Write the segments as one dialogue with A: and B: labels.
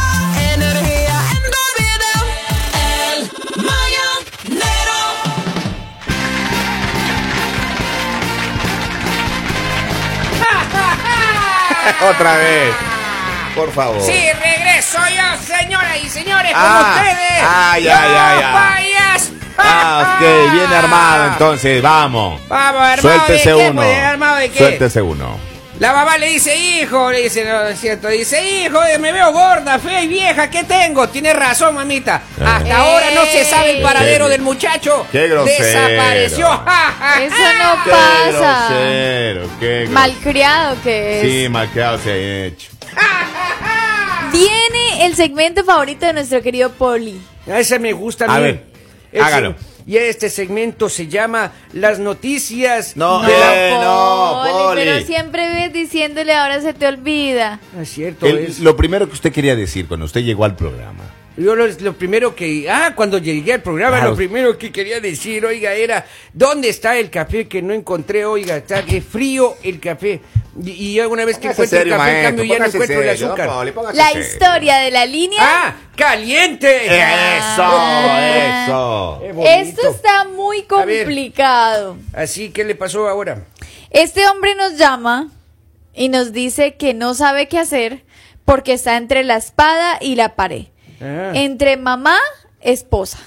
A: Otra vez. Por favor.
B: Sí, regreso yo, señoras y señores,
A: Ah,
B: con ustedes.
A: ah, ya,
B: ¡Los
A: ya, ya.
B: Payas!
A: Ah, ok, bien armado entonces, vamos.
B: Vamos, armado
A: Suéltese
B: de qué,
A: uno.
B: pues, armado de qué.
A: Suéltese uno.
B: La mamá le dice, hijo, le dice, no, es cierto, dice, hijo, eh, me veo gorda, fea y vieja, ¿qué tengo? Tiene razón, mamita.
A: Ah.
B: Hasta ahora no se sabe el
C: Ey.
B: paradero
A: Eh. Qué-
B: del muchacho.
A: qué grosero.
B: Desapareció. Ah, Ja, ja,
C: Eso
B: ja.
C: no pasa.
A: Qué grosero, qué grosero.
C: Malcriado que es.
A: Sí, mal creado se ha hecho.
C: Viene el segmento favorito de nuestro querido Poli.
B: Ese me gusta a
A: A
B: mí.
A: ver,
B: Ese-
A: hágalo.
B: Y este segmento se llama Las noticias
A: No,
B: de la-
A: eh, no, Poli.
C: Pero siempre ves diciéndole ahora se te olvida.
B: Ah, es cierto,
A: El-
B: es-
A: lo primero que usted quería decir cuando usted llegó al programa.
B: Yo lo, lo primero que... Ah, cuando llegué al programa,
A: Claro.
B: lo primero que quería decir, oiga, era, ¿dónde está el café que no encontré? Oiga, está de frío el café. Y, y alguna vez que encuentro el café, en cambio, ya no encuentro el azúcar.
C: La historia de la línea.
B: ¡Ah, caliente!
C: Ah.
A: Eso,
B: Qué
A: eso.
B: bonito.
C: Esto está muy
B: A ver.
C: complicado.
B: Así, ¿qué le pasó ahora?
C: Este hombre nos llama y nos dice que no sabe qué hacer porque está entre la espada y la pared.
B: Ah.
C: Entre mamá, esposa.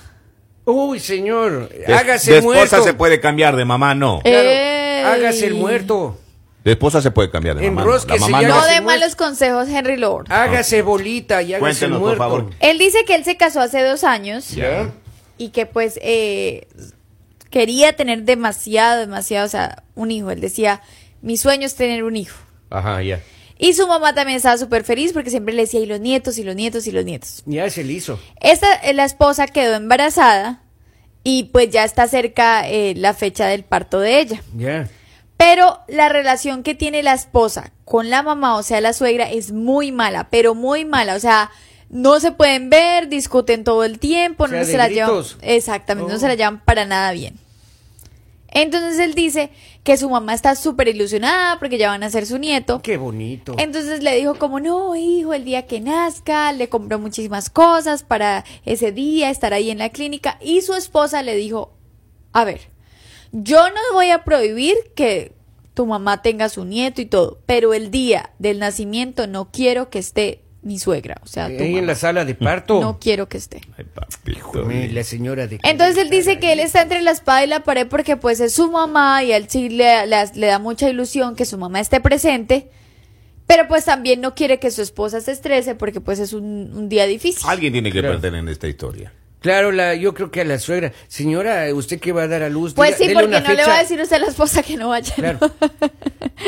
B: Uy, señor,
A: De-
B: Eh, hágase
A: de
B: muerto.
A: esposa se puede cambiar, de mamá no.
B: Claro,
C: Ey.
B: hágase el muerto.
A: De esposa se puede cambiar,
B: Eh,
A: de mamá no. La
B: Enrósquese
A: mamá
B: y
A: no.
C: No
B: hágase
C: de
B: muerto.
C: malos consejos, Henry Lord.
B: Hágase bolita y hágase
A: Cuéntenos, por
B: muerto.
A: favor.
C: Él dice que él se casó hace dos años
A: Ya.
C: y que pues eh, quería tener demasiado, demasiado, o sea, un hijo. Él decía, mi sueño es tener un hijo.
B: Ajá, ya.
C: Y su mamá también estaba súper feliz porque siempre le decía, y los nietos, y los nietos, y los nietos.
B: Ya se le hizo.
C: Esta, eh, la esposa quedó embarazada y pues ya está cerca eh, la fecha del parto de ella.
B: Ya.
C: Pero la relación que tiene la esposa con la mamá, o sea, la suegra, es muy mala, pero muy mala. O sea, no se pueden ver, discuten todo el tiempo,
B: O sea,
C: no
B: de
C: se la llevan.
B: gritos.
C: Exactamente,
B: Oh.
C: no se la llevan para nada bien. Entonces él dice que su mamá está súper ilusionada porque ya van a ser su nieto.
B: Qué bonito.
C: Entonces le dijo como, no, hijo, el día que nazca, le compró muchísimas cosas para ese día, estar ahí en la clínica. Y su esposa le dijo, a ver, yo no voy a prohibir que tu mamá tenga su nieto y todo, pero el día del nacimiento no quiero que esté mi suegra, o sea, tu
B: Ahí en la
C: mamá.
B: sala de parto.
C: No quiero que esté.
A: Ay, papito.
B: Come La señora de...
C: Entonces él dice que él está entre la espada y la pared porque pues es su mamá y a él sí le, le- le da mucha ilusión que su mamá esté presente, pero pues también no quiere que su esposa se estrese porque pues es un, un día difícil.
A: Alguien tiene que
B: Claro.
A: perder en esta historia.
B: Claro, la, yo creo que a la suegra. Señora, ¿usted qué va a dar a luz?
C: Pues
B: Diga-
C: sí,
B: dele
C: porque no
B: una
C: le
B: fecha.
C: va a decir usted a la esposa que no vaya.
B: Claro.
C: ¿no?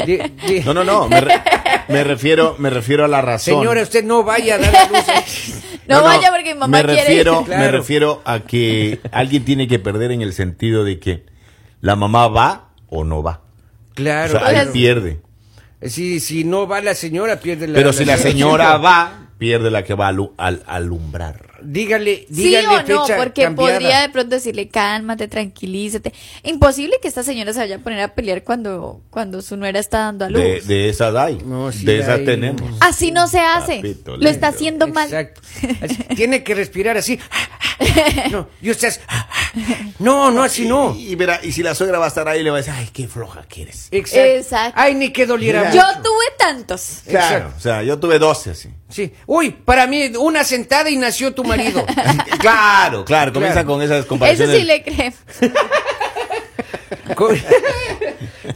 B: De- de-
A: No, no, no. Me, re- me refiero, me refiero a la razón.
B: Señora, usted no vaya a dar a luz.
C: No vaya porque mi mamá
A: me
C: quiere.
A: Refiero,
B: Claro.
A: Me refiero a que alguien tiene que perder en el sentido de que la mamá va o no va. O
B: Claro.
A: sea, ahí
B: claro.
A: pierde.
B: Si, si no va la señora, pierde la
A: Pero si la señora va, pierde la que va a alu- al alumbrar.
B: Dígale,
C: Sí
B: dígale
C: o no,
B: fecha
C: porque
B: cambiada.
C: podría de pronto decirle cálmate, tranquilízate. Imposible que esta señora se vaya a poner a pelear cuando, cuando su nuera está dando a luz.
A: De, de esas hay.
B: No, sí
A: de esas
B: hay.
A: tenemos.
C: Así no se hace.
A: Papito
C: Lo está
A: lindo.
C: haciendo mal.
B: Exacto. Así, tiene que respirar así. No, y usted es- No, no, así Ah, no.
A: Y, y verá, y si la suegra va a estar ahí, le va a decir, ay, qué floja que eres.
B: Exacto.
C: Exacto.
B: Ay, ni que doliera.
C: Yo
B: mucho.
C: tuve tantos.
A: Claro,
B: Exacto.
A: o sea, yo tuve 12 así.
B: Sí. Uy, para mí, una sentada y nació tu marido.
A: claro, claro, comienza con esas
C: Eso
A: comparaciones.
C: sí le creen.
B: Co-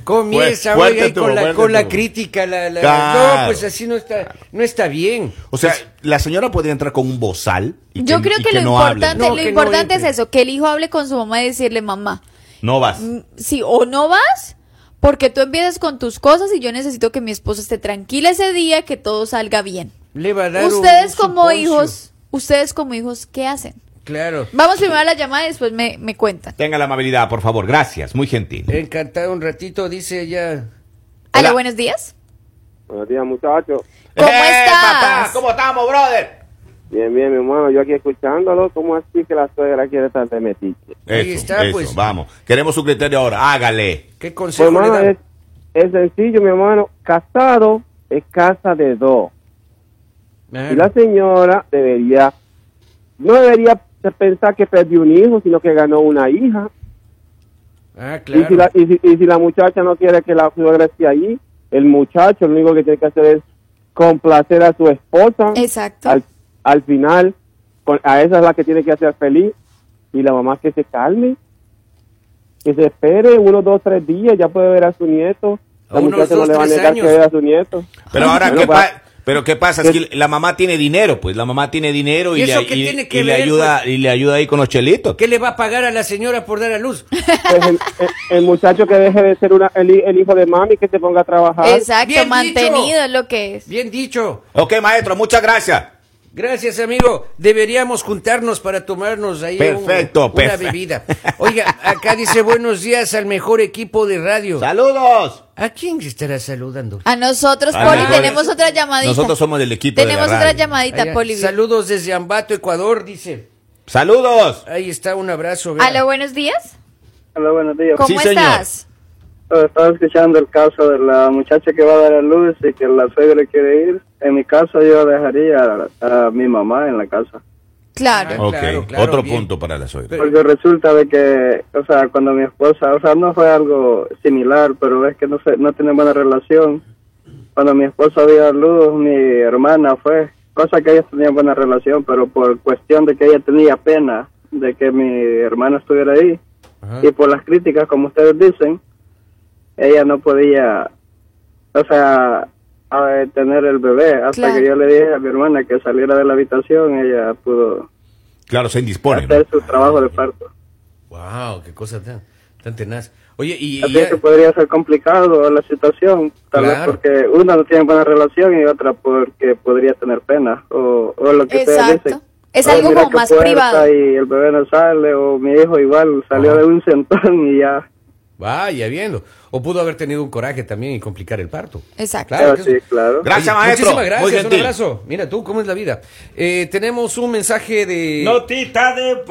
B: Comienza
A: Fuerte,
B: oiga, ahí
A: tú,
B: con, la,
A: fuerte
B: con la
A: tú.
B: crítica. La, la-
A: Claro.
B: No, pues así no está, no está bien.
A: O sea, la señora podría entrar con un bozal. y
C: Yo
A: que-
C: creo
A: y
C: que, lo
A: no hable.
C: importante,
B: No,
C: lo
B: que no
C: importante es
B: entre.
C: eso, que el hijo hable con su mamá y decirle, mamá,
A: No vas.
C: mm, si o no vas, porque tú empiezas con tus cosas y yo necesito que mi esposo esté tranquila ese día, que todo salga bien.
B: Le va a dar un-
C: ustedes
B: un
C: como
B: simposio.
C: hijos, ustedes como hijos, ¿qué hacen?
B: Claro.
C: Vamos primero a la llamada y después me, me cuentan.
A: Tenga la amabilidad, por favor. Gracias, muy gentil.
B: Encantado un ratito, dice ya.
C: Hola,
A: Hola.
C: buenos días.
D: Buenos días, muchachos.
C: ¿Cómo
A: ¡Eh,
C: estás?
A: papá! ¿Cómo estamos, brother?
D: Bien, bien, mi hermano. Yo aquí escuchándolo. ¿Cómo así que la suegra quiere estar de metiche?
B: Ahí
A: Eso,
B: está,
A: eso,
B: pues.
A: vamos. Queremos su criterio ahora. Hágale.
B: ¿Qué
D: Pues,
B: consejo le
D: hermano,
B: da?
D: es, es sencillo, mi hermano. Casado es casa de dos.
B: Ah,
D: Y la señora debería, no debería pensar que perdió un hijo, sino que ganó una hija.
B: ah,
D: Y, si
B: claro.
D: la, y si- y si la muchacha no quiere que la suegra esté ahí, el muchacho lo único que tiene que hacer es complacer a su esposa.
C: Exacto.
D: Al, al final, con- a esa es la que tiene que hacer feliz. Y la mamá que se calme, que se espere unos dos, tres días, ya puede ver a su nieto.
B: A
D: La
B: unos
D: muchacha
B: dos,
D: no le va a
B: tres
D: negar
B: años.
D: que vea a su nieto.
E: Pero ahora,
D: Bueno, pues,
E: ¿qué,
D: va-
E: pa- pero ¿qué pasa? Es que la mamá tiene dinero, pues. La mamá tiene dinero y,
B: ¿Y eso
E: le,
B: qué
E: y-
B: tiene que
E: y le
B: ver, pues?
E: ayuda, y le ayuda ahí con los chelitos.
B: ¿Qué le va a pagar a la señora por dar a luz?
D: pues el, el- el muchacho que deje de ser una, el, hi- el hijo de mami, que se ponga a trabajar.
C: Exacto,
B: Bien
C: mantenido
B: dicho.
C: es lo que es.
B: Bien dicho.
E: Ok, maestro, muchas gracias.
B: Gracias, amigo. Deberíamos juntarnos para tomarnos ahí un-
E: Perfecto,
B: una
E: perfecto.
B: bebida. Oiga, acá dice buenos días al mejor equipo de radio.
E: ¡Saludos!
B: ¿A quién se estará saludando?
C: A nosotros,
E: Ah,
C: Poli,
E: mejor.
C: tenemos otra llamadita.
E: Nosotros somos del equipo de la
C: Tenemos otra
E: radio.
C: llamadita,
B: Allá.
C: Poli.
B: Saludos desde Ambato, Ecuador, dice.
E: ¡Saludos!
B: Ahí está, un abrazo. vea.
C: Aló, buenos días.
F: Hola, buenos días.
C: ¿Cómo
E: Sí, señor.
C: estás?
F: Eh, Estaba escuchando el caso de la muchacha que va a dar a luz y que la suegra quiere ir. En mi caso, yo dejaría a, a mi mamá en la casa.
C: Claro.
B: Ah,
E: ok,
B: claro, claro,
E: otro
B: bien.
E: punto para la suegra.
F: Porque resulta de que, o sea, cuando mi esposa, o sea, no fue algo similar, pero es que no, se, no tienen buena relación. Cuando mi esposa dio a luz, mi hermana fue, cosa que ellos tenían buena relación, pero por cuestión de que ella tenía pena de que mi hermana estuviera ahí,
B: Ajá.
F: y por las críticas, como ustedes dicen, ella no podía, o sea, a- tener el bebé. Hasta
C: Claro.
F: que yo le dije a mi hermana que saliera de la habitación, ella pudo
E: Claro, se indispone. ¿no?
F: hacer su trabajo de parto.
B: Wow, qué cosa tan, tan tenaz. Oye, y, y
F: Así
B: ya-
F: que podría ser complicado la situación, tal vez
B: Claro.
F: porque una no tiene buena relación y otra porque podría tener pena o, o lo que ustedes
C: Exacto.
F: dicen.
C: Es
F: Oh,
C: algo
F: mira
C: como
F: qué
C: más
F: puerta
C: privado.
F: Y el bebé no sale o mi hijo igual salió de un centón y ya.
B: vaya viendo. O pudo haber tenido un coraje también y complicar el parto.
C: Exacto.
F: Pero
B: que
F: Ah, sí,
B: eso-
F: claro.
E: Gracias,
B: Oye,
E: maestro.
B: Muchísimas
E: Muy
B: gracias, un
E: gentil.
B: abrazo. Mira tú, ¿cómo es la vida? Eh, tenemos un mensaje de...
E: Notita de...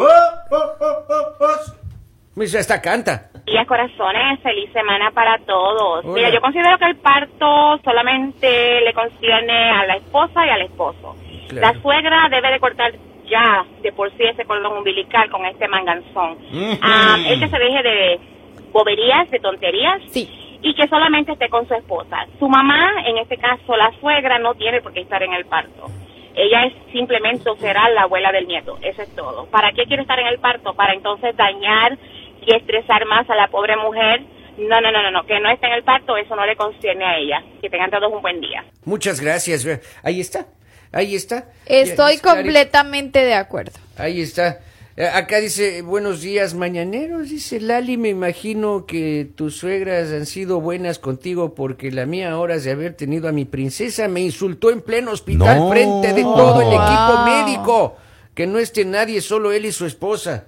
B: Mira, esta canta.
G: Días, corazones, feliz semana para todos.
B: Hola.
G: Mira, yo considero que el parto solamente le concierne a la esposa y al esposo.
B: Claro.
G: La suegra debe de cortar ya de por sí ese cordón umbilical con este manganzón.
E: Mm.
G: Ah, él que se deje de boberías, de tonterías.
C: Sí.
G: Y que solamente esté con su esposa. Su mamá, en este caso la suegra, no tiene por qué estar en el parto. Ella es simplemente o será la abuela del nieto. Eso es todo. ¿Para qué quiere estar en el parto? Para entonces dañar y estresar más a la pobre mujer. No, no, no, no, no. Que no esté en el parto, eso no le concierne a ella. Que tengan todos un buen día.
B: Muchas gracias. vea. Ahí está. Ahí está.
C: Estoy
B: Ya, es clarito.
C: completamente de acuerdo.
B: Ahí está. Eh, Acá dice, buenos días, mañaneros. Dice Lali, me imagino que tus suegras han sido buenas contigo porque la mía, a horas de haber tenido a mi princesa, me insultó en pleno hospital
E: No.
B: frente de todo el
E: Wow.
B: equipo médico. Que no esté nadie, solo él y su esposa.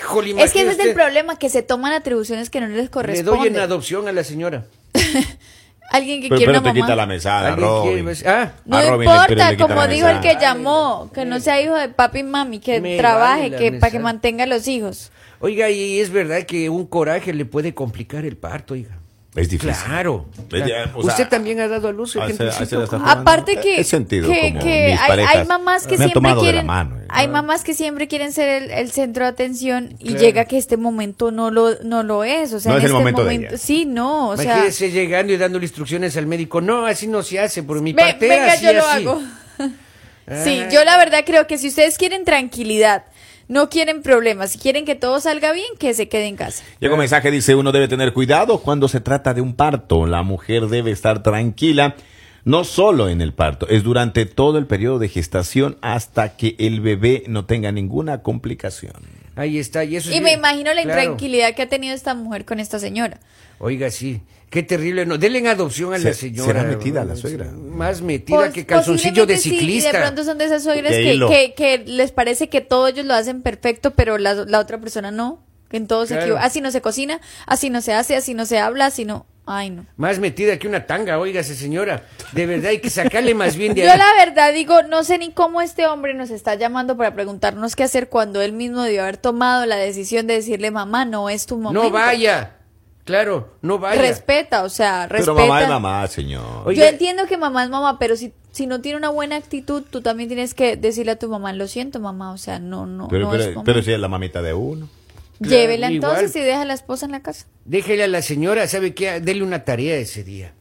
B: Híjole,
C: Es que ese es
B: imagínate
C: el problema, que se toman atribuciones que no les
B: Le doy en
C: corresponden.
B: adopción a la señora.
C: Alguien que
A: Pero,
C: quiere
A: pero
C: una
A: te quita la
C: mamá.
A: mesada,
B: Alguien
A: Robin.
B: quiere- ah,
C: No
A: A Robin le- pero le
C: importa,
A: quita
C: como
A: la
C: dijo el
A: mesada.
C: que llamó, que no sea hijo de papi y mami, que
B: Me
C: trabaje,
B: vale la
C: que para que
B: mesada.
C: mantenga a los hijos.
B: Oiga, y es verdad que un coraje le puede complicar el parto, oiga.
A: Es difícil.
B: Claro.
A: Es de- o sea,
B: Usted también ha dado a luz,
A: hace-
B: Eugenio.
A: hace las- Bueno,
C: Aparte
A: eh,
C: que,
A: es sentido
C: que,
A: común,
C: que
A: mis
C: hay,
A: parejas
C: hay mamás que
A: me han
C: siempre
A: tomado de la
C: quieren,
A: mano, eh.
C: hay mamás que siempre quieren ser el, el centro de atención y
B: Claro.
C: llega que este momento no lo no lo es, o sea,
A: No
C: en
A: es el
C: este
A: momento de ellas.
C: sí, no, o sea,
B: Imagínese llegando y dándole instrucciones al médico. No, así no se hace, por mi
C: "Ve-
B: parte
C: venga,
B: así,
C: yo lo
B: así".
C: hago. sí,
B: Ah.
C: yo la verdad creo que si ustedes quieren tranquilidad, no quieren problemas, si quieren que todo salga bien, que se quede en casa.
A: Llega un mensaje, dice, uno debe tener cuidado cuando se trata de un parto. La mujer debe estar tranquila, no solo en el parto, es durante todo el periodo de gestación hasta que el bebé no tenga ninguna complicación.
B: Ahí está, y eso es
C: Y me
B: bien.
C: imagino la
B: Claro.
C: intranquilidad que ha tenido esta mujer con esta señora.
B: Oiga, sí. Qué terrible. No, denle en adopción a la
A: Se-
B: señora.
A: será metida la suegra.
B: Más metida
C: Pos-
B: que calzoncillo de
C: posiblemente sí,
B: ciclista.
C: y de pronto son de esas suegras
A: De
C: que,
A: hilo.
C: que, que les parece que todo ellos lo hacen perfecto, pero la, la otra persona no. Que en todo se
B: Claro.
C: equivoca. Así no se cocina, así no se hace, así no se habla, así no. Ay, no.
B: Más metida que una tanga, óigase, señora. De verdad, hay que sacarle más bien de
C: Yo
B: ahí.
C: la verdad digo, no sé ni cómo este hombre nos está llamando para preguntarnos qué hacer cuando él mismo debió haber tomado la decisión de decirle, mamá, no es tu momento.
B: No vaya. Claro, no vaya.
C: Respeta, o sea, respeta.
A: Pero mamá es mamá, señor.
B: Oye,
C: Yo entiendo que mamá es mamá, pero si, si no tiene una buena actitud, tú también tienes que decirle a tu mamá, lo siento, mamá, o sea, no, no,
A: pero,
C: no es
A: pero,
C: momento.
A: pero si es la mamita de uno.
B: Claro,
C: Llévela
B: igual.
C: entonces y deja a la esposa en la casa.
B: Déjele a la señora, ¿sabe qué? Dele una tarea ese día.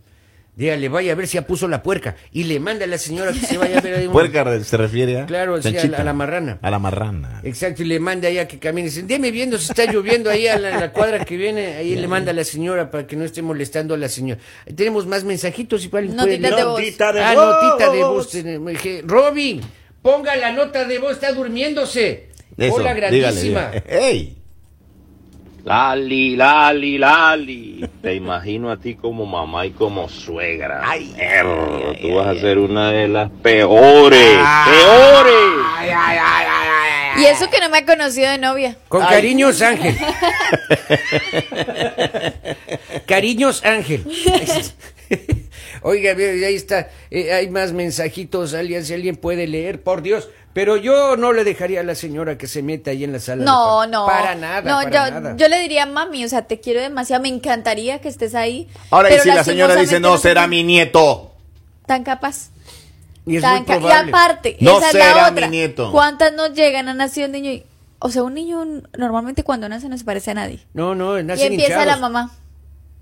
B: Dígale, vaya a ver si ya puso la puerca. Y le manda a la señora que se vaya a ver ahí un-
A: Puerca se refiere a.
B: Claro, sí, a la-
A: chanchita.
B: a la marrana.
A: A la marrana.
B: Exacto, y le manda ahí a que camine. Dice, déme viendo si está lloviendo ahí a la, la cuadra que viene. Ahí le manda a la señora para que no esté molestando a la señora. Tenemos más mensajitos y para
C: Notitas de voz.
E: Notita de
B: Ah,
E: voz.
B: notita de voz. tenemos. Dije, Robin, ponga la nota de voz, está durmiéndose.
A: Eso,
B: Hola,
A: dígale,
B: grandísima.
A: dígale. ¡Ey!
H: Lali, Lali, Lali. Te imagino a ti como mamá y como suegra.
E: Ay,
H: Erro, tú vas a ser una de las peores,
A: Ah.
H: peores.
E: Ay, ay, ay, ay, ay, ay.
C: Y eso que no me ha conocido de novia.
B: Con cariños, Ángel. cariños, Ángel. Oiga, ve, ahí está. Eh, hay más mensajitos. Alguien, si alguien puede leer, por Dios. Pero yo no le dejaría a la señora que se meta ahí en la sala. de
C: No,
B: pa-
C: no.
B: Para nada.
C: No,
B: para
C: yo,
B: nada.
C: yo le diría, mami, o sea, te quiero demasiado, me encantaría que estés ahí.
E: Ahora, y
C: pero
E: si la señora dice,
C: lastimosamente
E: no será
C: soy
E: mi nieto.
C: Tan capaz.
B: y es muy
C: tan ca- y
B: probable.
C: aparte,
E: No
C: esa es
E: será
C: la
E: mi
C: otra.
E: nieto.
C: ¿Cuántas no llegan? Ha nacido el niño y- O sea, un niño un- normalmente cuando nace no se parece a nadie.
B: No, no,
C: Y
B: nacen
C: empieza la
B: hinchados.
C: mamá.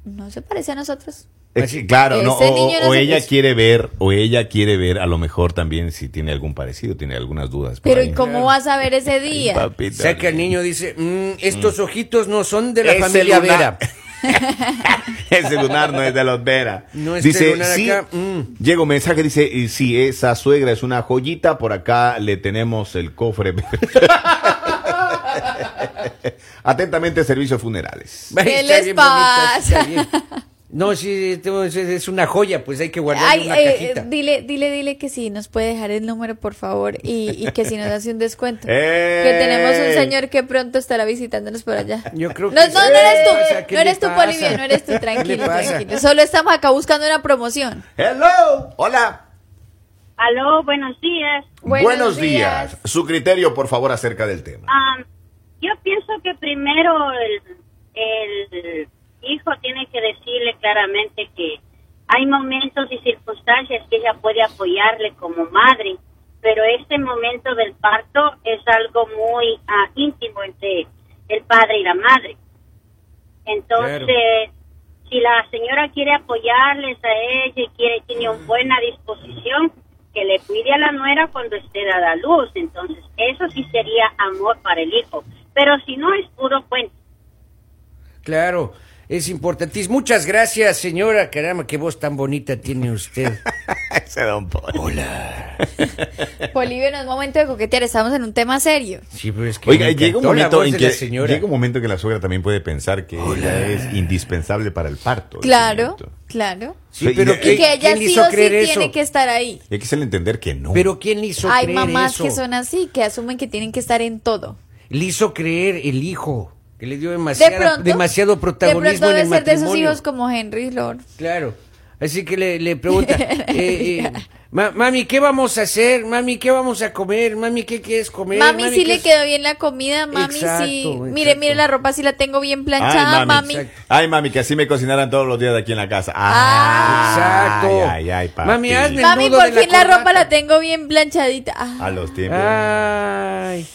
C: No se parece a nosotros.
A: Es que, claro, no,
C: Ese
A: o,
C: niño
A: o-
C: no
A: o
C: se
A: ella
C: puso.
A: quiere ver, o ella quiere ver a lo mejor también si tiene algún parecido, tiene algunas dudas. por
C: Pero
A: ahí.
C: ¿y cómo vas a ver ese día?
A: Papita.
B: Saca al niño dice, "Mm, estos ojitos no son de la
E: Ese
B: familia
E: lunar-
B: Vera.
A: Ese lunar no es de los Vera.
B: No es
A: dice,
B: este lunar
A: sí,
B: acá, mm.
A: Llega un mensaje, dice, y si esa suegra es una joyita, por acá le tenemos el cofre. Atentamente, servicios funerales.
B: Ay,
C: ¿Qué
B: está
C: les
B: bien bonita, está
C: pasa?
B: bien. No, sí, tengo- es- es una joya, pues hay que guardarle
C: Ay,
B: una
C: eh,
B: cajita.
C: dile, dile, dile que si nos puede dejar el número, por favor, y, y que si nos hace un descuento.
A: ¡Ey!
C: Que tenemos un señor que pronto estará visitándonos por allá.
B: Yo creo
C: no,
B: que-
C: no, no eres
B: ¿Qué le pasa?
C: tú,
B: ¿Qué
C: no eres
B: le
C: tú,
B: pasa?
C: Bolivia, no eres tú,
B: ¿Qué le
C: tranquilo,
B: pasa?
C: tranquilo. Solo estamos acá buscando una promoción.
A: Hello, hola.
G: Aló, buenos días.
C: Buenos días.
A: Su criterio, por favor, acerca del tema.
G: Am, yo pienso que primero el, el hijo tiene que decirle claramente que hay momentos y circunstancias que ella puede apoyarle como madre, pero este momento del parto es algo muy ah, íntimo entre el padre y la madre. Entonces, si la señora quiere apoyarles a ella y quiere tiene una buena disposición, que le cuide a la nuera cuando esté dada a luz. Entonces, eso sí sería amor para el hijo. Pero si no es puro cuento.
B: Claro, es importantísimo. Muchas gracias, señora. Caramba, qué voz tan bonita tiene usted.
A: Ese don Poli.
C: Bolivia, no es momento de coquetear, estamos en un tema serio.
B: Sí, pero es que
A: Oiga,
B: me
A: llega un
B: encantó la
A: momento
B: voz
A: en
B: de
A: que
B: la señora.
A: llega un momento que la suegra también puede pensar que ella es indispensable para el parto.
C: Claro,
A: del nieto.
C: claro.
B: Sí, pero
A: Y
C: Y
B: ¿quién-
C: que ella
B: quién le
C: sí
B: hizo
C: o sí
B: creer
C: tiene
B: eso?
C: que estar ahí.
A: Y hay que hacerle entender que no.
B: Pero ¿quién le hizo
C: Hay
B: creer
C: mamás
B: eso?
C: que son así, que asumen que tienen que estar en todo.
B: Le hizo creer el hijo, que le dio
C: De
B: demasiada-
C: pronto,
B: demasiado protagonismo
C: de pronto
B: en el
C: debe ser de
B: matrimonio.
C: esos hijos como Henry Lord.
B: Claro. Así que le, le pregunta, eh, eh, "Ma- mami, ¿qué vamos a hacer? Mami, ¿qué vamos a comer? Mami, ¿qué quieres comer?
C: Mami, sí
B: ¿qué
C: le
B: es-?"
C: quedó bien la comida, mami,
B: Exacto,
C: sí.
B: exacto.
C: Mire, mire la ropa, sí la tengo bien planchada,
A: Ay, mami.
C: mami.
A: Ay, mami, que así me cocinaran todos los días de aquí en la casa. Ah,
B: Exacto.
A: Ay, ay, ay, papi.
B: Mami, hazme- El
C: Mami,
B: nudo
C: por
B: de la
C: fin la ropa
B: corbata.
C: la tengo bien planchadita. Ah, pues-
A: A los tiempos.
B: Ay,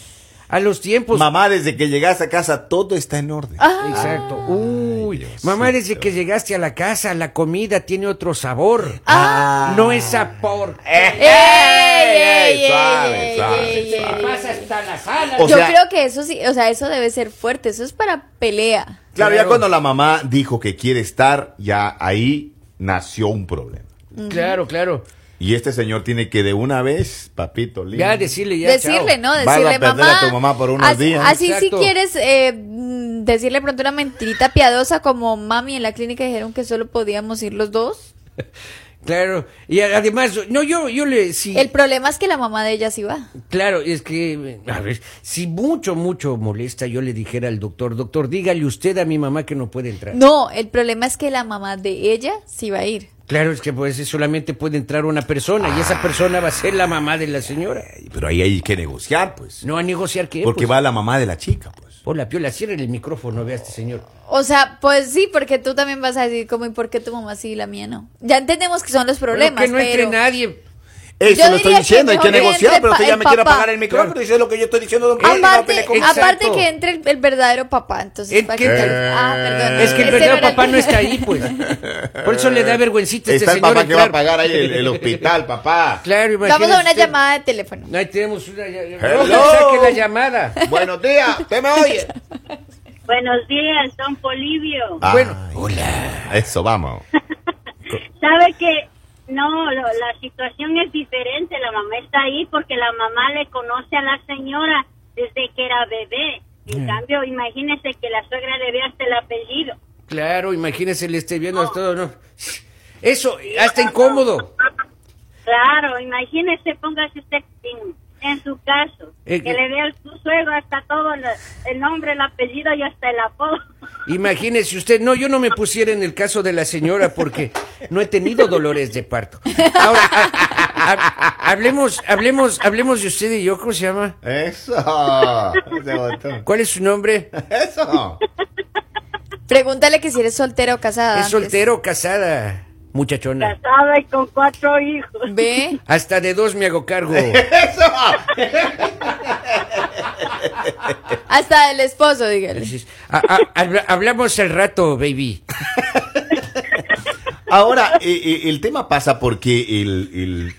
B: a los tiempos.
A: Mamá, desde que llegaste a casa todo está en orden.
C: Ah,
B: Exacto. Uy,
A: Diosito.
B: mamá, desde que llegaste a la casa, la comida tiene otro sabor.
C: Ah.
A: Ah.
B: No es sabor.
C: ¡Ey, ey, ey,
A: Eh, suave,
C: ey,
A: suave,
C: ey, ey, ey!
B: Pasa hasta la sala.
A: O
C: Yo
A: sea-
C: creo que eso sí, o sea, eso debe ser fuerte, eso es para pelea.
A: Claro, ya
B: Claro.
A: cuando la mamá dijo que quiere estar, ya ahí nació un problema.
B: Claro, claro.
A: Y este señor tiene que de una vez, papito, lindo.
B: Ya decirle ya.
C: decirle,
B: chao.
C: ¿no?
A: Vas a
C: Decirle,
A: perder a
C: mamá.
A: tu mamá por unos
C: así,
A: días.
C: Así si
B: Exacto.
C: quieres eh, mm, decirle pronto una mentirita piadosa como mami en la clínica dijeron que solo podíamos ir los dos.
B: Claro. Y a- además, no, yo, yo le. sí.
C: El problema es que la mamá de ella sí va.
B: Claro, es que, a ver, si mucho, mucho molesta, yo le dijera al doctor, doctor, dígale usted a mi mamá que no puede entrar.
C: No, el problema es que la mamá de ella sí va a ir.
B: Claro, es que pues solamente puede entrar una persona y
A: Ah.
B: esa persona va a ser la mamá de la señora.
A: Ay, Pero ahí hay que negociar, pues.
B: No a negociar que
A: porque va la mamá de la chica, pues.
B: Hola, Piola, cierre el micrófono, vea a este señor.
C: O sea, pues sí, porque tú también vas a decir como, ¿y por qué tu mamá sí y la mía no? Ya entendemos que son los problemas,
B: Bueno, que no
C: pero...
B: entre nadie.
A: Eso
C: Yo
A: lo estoy
C: diría que
A: diciendo, hay que
C: mejor
A: negociar,
C: entre
A: pero
C: pa-
A: usted ya
C: el
A: me quiere
C: papá. Ah,
A: apagar el micrófono,
B: Claro.
A: dice lo que yo estoy diciendo, don Pedro, y no
C: Aparte,
A: pelee con-
B: Exacto.
C: aparte que entre el, el verdadero papá, entonces.
B: Es
C: para
B: que-
C: que-
A: Eh,
C: ah, perdón.
B: Es que el
C: Ese
B: verdadero
C: era
B: papá no está
C: tuyo.
B: ahí, pues. Por eso le da vergüencita a este
A: Está el
B: señor.
A: papá que va a
B: entrar.
A: pagar ahí el, el hospital, papá.
B: Claro,
C: Vamos a
B: imagínese
C: una
B: usted.
C: llamada de teléfono.
B: Ahí tenemos una llamada.
A: Hello.
B: saque la llamada.
A: Buenos días, usted me oye.
G: Buenos días, don Polivio.
B: Bueno.
A: hola. Eso, vamos.
G: Sabe que no, lo- la situación es diferente. La mamá está ahí porque la mamá le conoce a la señora desde que era bebé. En cambio, imagínese que la suegra le ve hasta el apellido.
B: Claro, imagínese, le esté viendo a todo, ¿no? Eso, hasta incómodo.
G: Claro, imagínese, póngase usted en, en su caso,
B: Eh,
G: que
B: eh.
G: le vea el su suegro hasta todo la- el nombre, el apellido y hasta el apodo.
B: Imagínese usted, no, yo no me pusiera en el caso de la señora porque no he tenido dolores de parto. Ahora, ha- ha- ha- hablemos, hablemos, hablemos de usted y yo, ¿cómo se llama?
A: Eso. Ese botón.
B: ¿Cuál es su nombre?
A: Eso.
C: Pregúntale que si eres soltera o casada.
B: ¿Es
C: antes.
B: soltero o casada, muchachona?
G: Casada y con cuatro hijos.
C: Ve.
B: Hasta de dos me hago cargo.
A: Eso.
C: Hasta del esposo, dígale.
B: Entonces, a- a- habla- hablamos al rato, baby.
A: Ahora, eh, eh, el tema pasa porque el... el-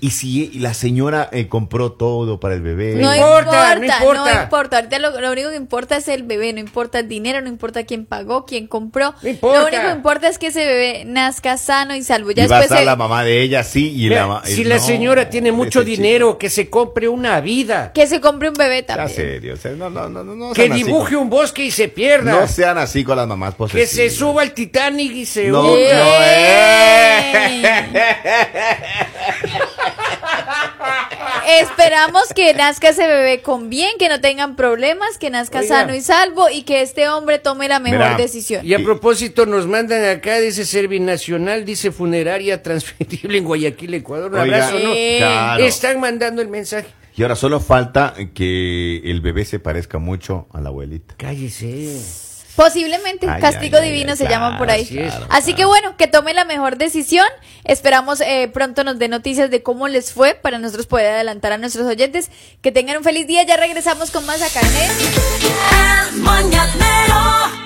A: y si la señora eh, compró todo para el bebé.
C: No
B: importa,
C: importa,
B: no
C: no
B: importa.
C: importa. Ahorita lo, lo único que importa es el bebé, no importa el dinero, no importa quién pagó, quién compró.
B: No importa.
C: Lo único que importa es que ese bebé nazca sano y salvo. Ya
A: y va a
C: después
A: estar
C: se-
A: la mamá de ella, sí. Y
B: Mira,
A: la, ma-
B: si
A: eh,
B: la
A: no,
B: señora tiene mucho
A: ese chico.
B: dinero, que se compre una vida.
C: que se compre un bebé
A: Ya
C: también.
A: serio, o sea, no, no, no, no, no
B: Que
A: sean así
B: dibuje un bosque y se
A: con-
B: pierda.
A: No sean así con las mamás pues,
B: que
A: posesivas.
B: se suba al Titanic y se
A: No,
B: hunda.
A: no,
C: Esperamos que nazca ese bebé con bien, que no tengan problemas, que nazca
B: Oiga.
C: sano y salvo y que este hombre tome la mejor
A: Mira.
C: decisión.
B: Y a propósito, nos mandan acá, dice Servinacional, dice funeraria transferible en Guayaquil, Ecuador. Un
A: Oiga,
B: abrazo, ¿no?
C: Eh.
A: claro.
B: Están mandando el mensaje.
A: Y ahora solo falta que el bebé se parezca mucho a la abuelita.
B: Cállese.
C: Posiblemente
A: Ay,
C: castigo
A: ay, ay,
C: divino
A: ay,
C: se
A: claro,
C: llama por ahí.
B: así es.
C: Así que bueno, que tome la mejor decisión. Esperamos eh, pronto nos dé noticias de cómo les fue para nosotros poder adelantar a nuestros oyentes. Que tengan un feliz día. Ya regresamos con más acá en el-
I: El mañanero.